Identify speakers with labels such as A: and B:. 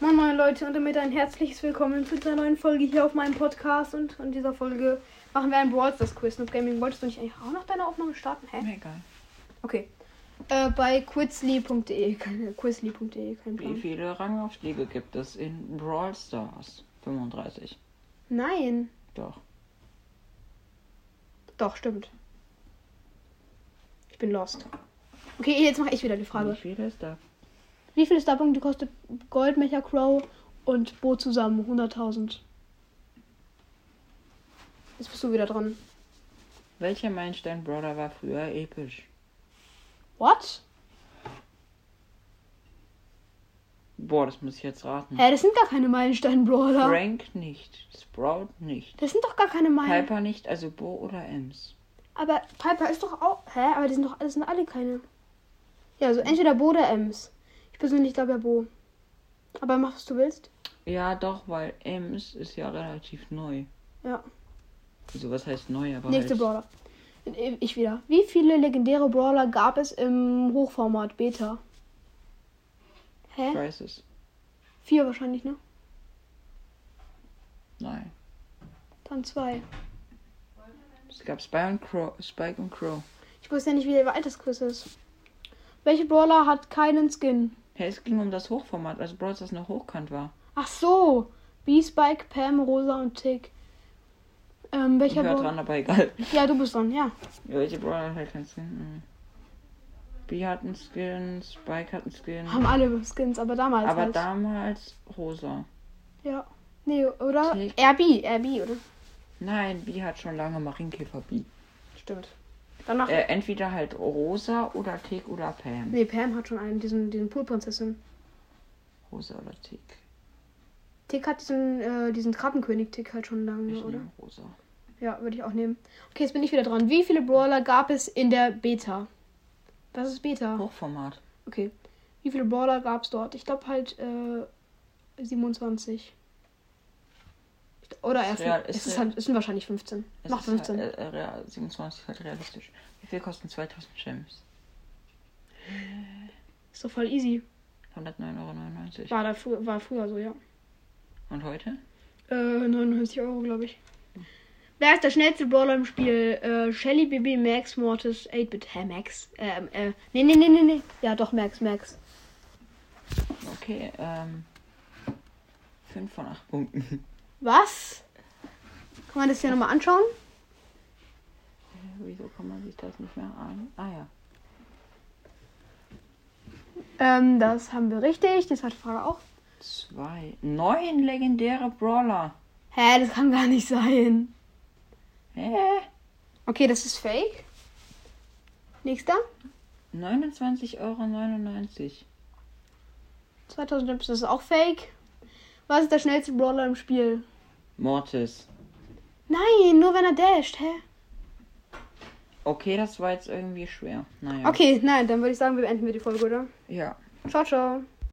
A: Moin moin Leute und damit ein herzliches Willkommen zu dieser neuen Folge hier auf meinem Podcast und in dieser Folge machen wir ein Brawl Stars Quiz. Noob Gaming, wolltest du nicht eigentlich auch noch deine Aufnahme starten? Hä?
B: Mir egal.
A: Okay. Äh, bei quizly.de, keine quizly.de, kein
B: Wie
A: Plan.
B: viele Rangaufstiege gibt es in Brawl Stars? 35.
A: Nein.
B: Doch.
A: Doch, stimmt. Ich bin lost. Okay, jetzt mache ich wieder die
B: Wie
A: Frage.
B: viele ist da?
A: Wie viele Starpunkte kostet Gold, Mecha Crow und Bo zusammen? 100.000. Jetzt bist du wieder dran.
B: Welcher Meilenstein Brawler war früher episch?
A: What?
B: Boah, das muss ich jetzt raten.
A: Hä, das sind gar keine Meilenstein-Brawler.
B: Frank nicht. Sprout nicht.
A: Das sind doch gar keine Meilen.
B: Piper nicht, also Bo oder Ems.
A: Aber Piper ist doch auch. Hä, aber die sind doch das sind alle keine. Ja, also entweder Bo oder Ems. Ich persönlich glaube ja Bo. Aber mach, was du willst.
B: Ja, doch, weil Ems ist ja relativ neu.
A: Ja.
B: Also was heißt neu, aber
A: Nächste
B: halt
A: Brawler. äh, Ich wieder. Wie viele legendäre Brawler gab es im Hochformat Beta?
B: ich
A: Hä?
B: weiß es.
A: Vier wahrscheinlich, ne?
B: Nein.
A: Dann zwei.
B: Es gab Spike und Crow. Spike und Crow.
A: Ich wusste ja nicht, wie der Altersquiz ist. Welche Brawler hat keinen Skin?
B: Hey, es ging um das Hochformat, als Brawl Stars noch hochkant war.
A: Ach so. B-Spike, Pam, Rosa und Tick. Ähm,
B: Ich
A: welcher
B: war
A: Brawler?
B: dran, aber egal.
A: Ja, du bist dran, ja.
B: Ja, welche Brawler hat halt keinen Skin? Mm. B hat einen Skin, Spike hat einen Skin.
A: Haben alle Skins, aber damals.
B: aber
A: halt.
B: damals rosa.
A: Ja. Nee, oder?
B: Tick.
A: RB, RB, oder?
B: Nein, B hat schon lange Marienkäfer B.
A: Stimmt. Danach.
B: Äh, entweder halt rosa oder Tick oder Pam.
A: Nee, Pam hat schon einen, diesen, diesen Poolprinzessin.
B: Rosa oder Tick.
A: Tick hat diesen, äh, diesen Krabbenkönig-Tick halt schon lange,
B: Ich
A: oder?
B: nehme rosa.
A: Ja, würde ich auch nehmen. Okay, jetzt bin ich wieder dran. Wie viele Brawler gab es in der Beta? Was ist
B: Oh.
A: Beta?
B: Hochformat.
A: Okay. Wie viele Brawler gab es dort? Ich glaube halt äh, 27. Ich- Oder
B: Ist
A: erst.
B: real-
A: es
B: ist
A: ist
B: real.
A: halt, es sind wahrscheinlich 15.
B: Es
A: Mach
B: ist
A: 15.
B: Halt, äh, äh, real- 27 ist halt realistisch. Wie viel kosten 2000 Gems?
A: ist doch voll easy.
B: 109,99 Euro.
A: War, da frü war früher so, ja.
B: Und heute?
A: Äh, 99 Euro, glaube ich. Wer ist der schnellste Brawler im Spiel? Äh, Shelly, Bibi, Max, Mortis, 8-Bit. Hä, Max? Ähm, äh, nee, nee, nee, nee, nee. Ja, doch, Max, Max.
B: Okay, ähm. 5 von 8 Punkten.
A: Was? Kann man das hier nochmal anschauen?
B: Wieso kann man sich das nicht mehr an? Ah ja.
A: Ähm, das haben wir richtig. Das hat Frage auch.
B: Zwei. Neun legendäre Brawler.
A: Hä, das kann gar nicht sein.
B: Hä?
A: Okay, das ist fake. Nächster.
B: 29,99 Euro.
A: 2000 Lips, das ist auch fake. Was ist der schnellste Brawler im Spiel?
B: Mortis.
A: Nein, nur wenn er dasht, hä?
B: Okay, das war jetzt irgendwie schwer. Naja.
A: Okay, nein, dann würde ich sagen, wir beenden wir die Folge, oder?
B: Ja.
A: Ciao, ciao.